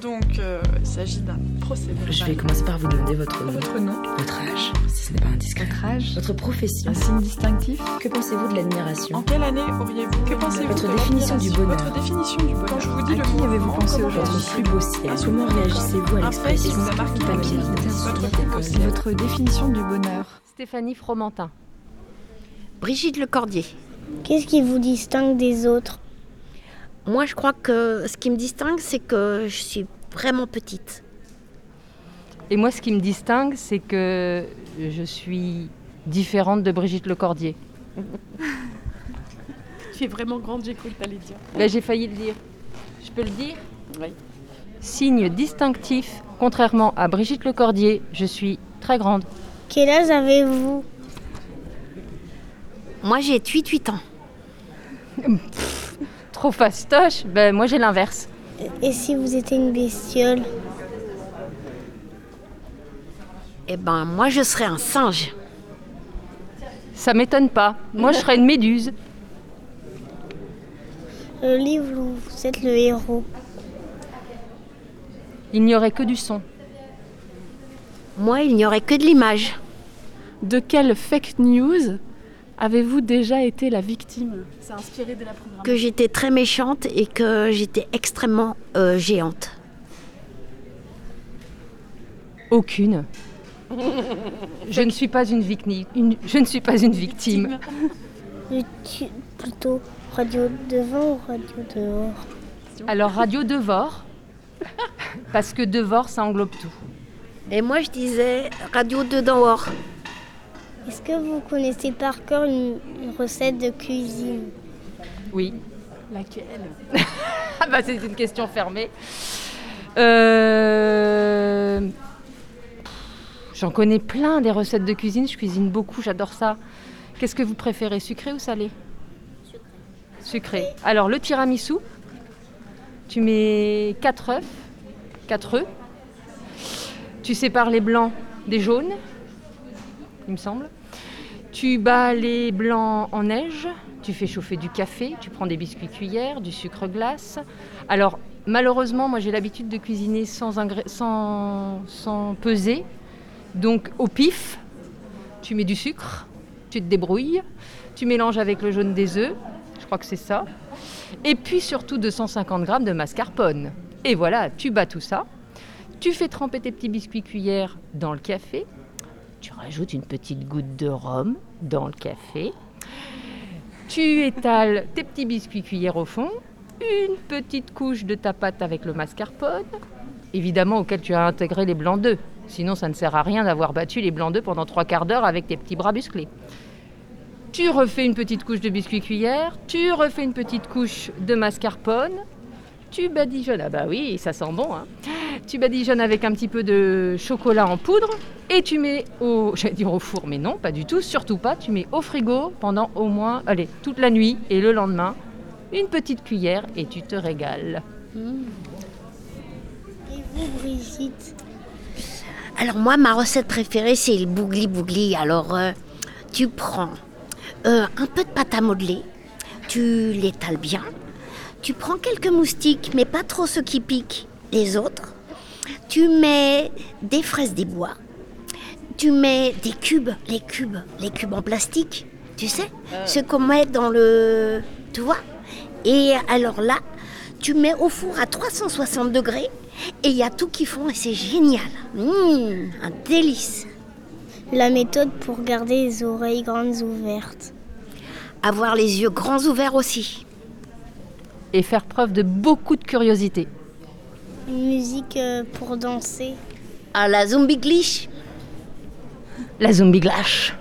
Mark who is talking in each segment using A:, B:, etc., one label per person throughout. A: Donc, euh, il s'agit d'un procédé.
B: Je vais commencer par vous demander votre,
A: Votre nom
B: votre âge, si ce n'est pas indiscret.
C: Votre âge
B: Votre profession.
C: Un signe distinctif
B: Que pensez-vous de
A: En
B: l'admiration
A: quelle année auriez-vous Que pensez-vous
B: Votre
A: de
B: définition
A: l'admiration
B: du bonheur.
A: Votre définition du bonheur. Quand je vous dis
C: À
A: le
C: qui
A: mot
C: avez-vous
A: comment
C: pensé
A: réagissez-vous
B: Votre plus beau ciel.
A: Un
B: Comment
A: peu comme
B: réagissez-vous à
A: un fait qui
B: l'expression
A: vous a marqué
B: tout
A: dans
B: à
A: la
B: pied
A: vie. Votre plus beau ciel.
C: Votre définition du bonheur
D: Stéphanie Fromentin.
E: Brigitte Lecordier.
F: Qu'est-ce qui vous distingue des autres
E: Moi, je crois que ce qui me distingue, c'est que je suis vraiment petite.
D: Et moi, ce qui me distingue, c'est que je suis différente de Brigitte Lecordier.
G: Tu es vraiment grande, j'ai cru que t'allais dire.
D: Là, j'ai failli le dire. Je peux le dire
G: Oui.
D: Signe distinctif, contrairement à Brigitte Lecordier, je suis très grande.
F: Quel âge avez-vous
E: Moi, j'ai 8-8 ans.
D: Trop fastoche Ben, moi, j'ai l'inverse.
F: Et si vous étiez une bestiole
E: Eh ben, moi, je serais un singe.
D: Ça m'étonne pas. Moi, je serais une méduse.
F: Le livre où vous êtes le héros
D: Il n'y aurait que du son.
E: Moi, il n'y aurait que de l'image.
G: De quelle fake news avez-vous déjà été la victime C'est inspiré de la programmation.
E: Que j'étais très méchante et que j'étais extrêmement euh, géante.
D: Aucune. Je ne suis pas une victime. je ne suis pas une victime.
F: YouTube, Plutôt radio devant ou radio dehors
D: Alors, Radio Devore, parce que Devore, ça englobe tout.
E: Et moi, je disais radio de dehors.
F: Est-ce que vous connaissez par cœur une, une recette de cuisine
D: Oui.
G: Laquelle
D: Ah bah c'est une question fermée. Euh, J'en connais plein des recettes de cuisine, je cuisine beaucoup, j'adore ça. Qu'est-ce que vous préférez, sucré ou salé Sucré. Alors le tiramisu, tu mets 4 œufs, 4 œufs. Tu sépares les blancs des jaunes, il me semble. Tu bats les blancs en neige, tu fais chauffer du café, tu prends des biscuits cuillères, du sucre glace. Alors malheureusement, moi j'ai l'habitude de cuisiner sans, ingré- sans, sans peser. Donc au pif, tu mets du sucre, tu te débrouilles, tu mélanges avec le jaune des œufs, je crois que c'est ça. Et puis surtout 250 grammes de mascarpone. Et voilà, tu bats tout ça. Tu fais tremper tes petits biscuits cuillères dans le café. Tu rajoutes une petite goutte de rhum dans le café. Tu étales tes petits biscuits cuillères au fond, une petite couche de ta pâte avec le mascarpone, évidemment auquel tu as intégré les blancs d'œufs. Sinon, ça ne sert à rien d'avoir battu les blancs d'œufs pendant trois quarts d'heure avec tes petits bras musclés. Tu refais une petite couche de biscuits cuillères, tu refais une petite couche de mascarpone, tu badigeonnes. Ah bah oui, ça sent bon. Hein. Tu badigeonnes avec un petit peu de chocolat en poudre et tu mets au, j'allais dire au four, mais non, pas du tout, surtout pas. Tu mets au frigo pendant au moins, allez, toute la nuit et le lendemain, une petite cuillère et tu te régales.
F: Et vous, Brigitte
E: Alors moi, ma recette préférée, c'est le bougli bougli. Alors, euh, tu prends euh, un peu de pâte à modeler, tu l'étales bien, tu prends quelques moustiques, mais pas trop ceux qui piquent les autres, tu mets des fraises des bois, tu mets des cubes, les cubes, les cubes en plastique, tu sais, ceux qu'on met dans le... Tu vois Et alors là, tu mets au four à 360 degrés et il y a tout qui fond et c'est génial. Mmh, un délice.
F: La méthode pour garder les oreilles grandes ouvertes.
E: Avoir les yeux grands ouverts aussi.
D: Et faire preuve de beaucoup de curiosité.
F: Une musique euh, pour danser.
E: À la zombie glitch.
D: La zombie glache.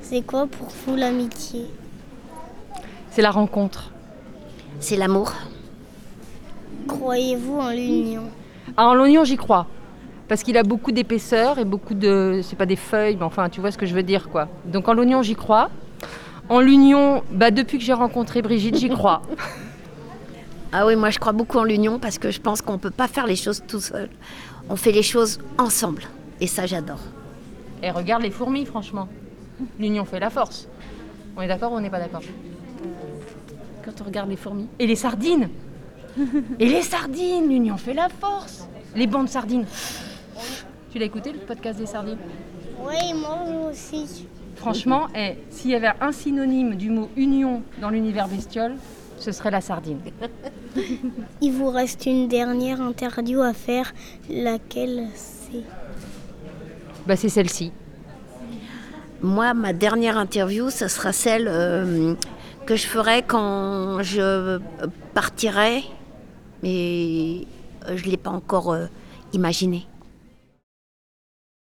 F: C'est quoi pour vous l'amitié
D: C'est la rencontre.
E: C'est l'amour.
F: Croyez-vous en l'union
D: Ah, en l'oignon, j'y crois. Parce qu'il a beaucoup d'épaisseur et beaucoup de. C'est pas des feuilles, mais enfin, tu vois ce que je veux dire, quoi. Donc en l'oignon, j'y crois. En l'union, bah, depuis que j'ai rencontré Brigitte, j'y crois.
E: Ah oui, moi je crois beaucoup en l'union parce que je pense qu'on ne peut pas faire les choses tout seul. On fait les choses ensemble. Et ça j'adore.
D: Et regarde les fourmis, franchement. L'union fait la force. Euh, On est d'accord ou on n'est pas d'accord
G: Quand on regarde les fourmis.
D: Et les sardines Et les sardines, l'union fait la force. Les bancs de sardines. Tu l'as écouté le podcast des sardines
F: Oui, moi aussi.
D: Franchement, eh, s'il y avait un synonyme du mot union dans l'univers bestiole, ce serait la sardine.
F: Il vous reste une dernière interview à faire, laquelle c'est
D: Bah c'est celle-ci.
E: Moi, ma dernière interview, ce sera celle euh, que je ferai quand je partirai, mais euh, je ne l'ai pas encore euh, imaginée.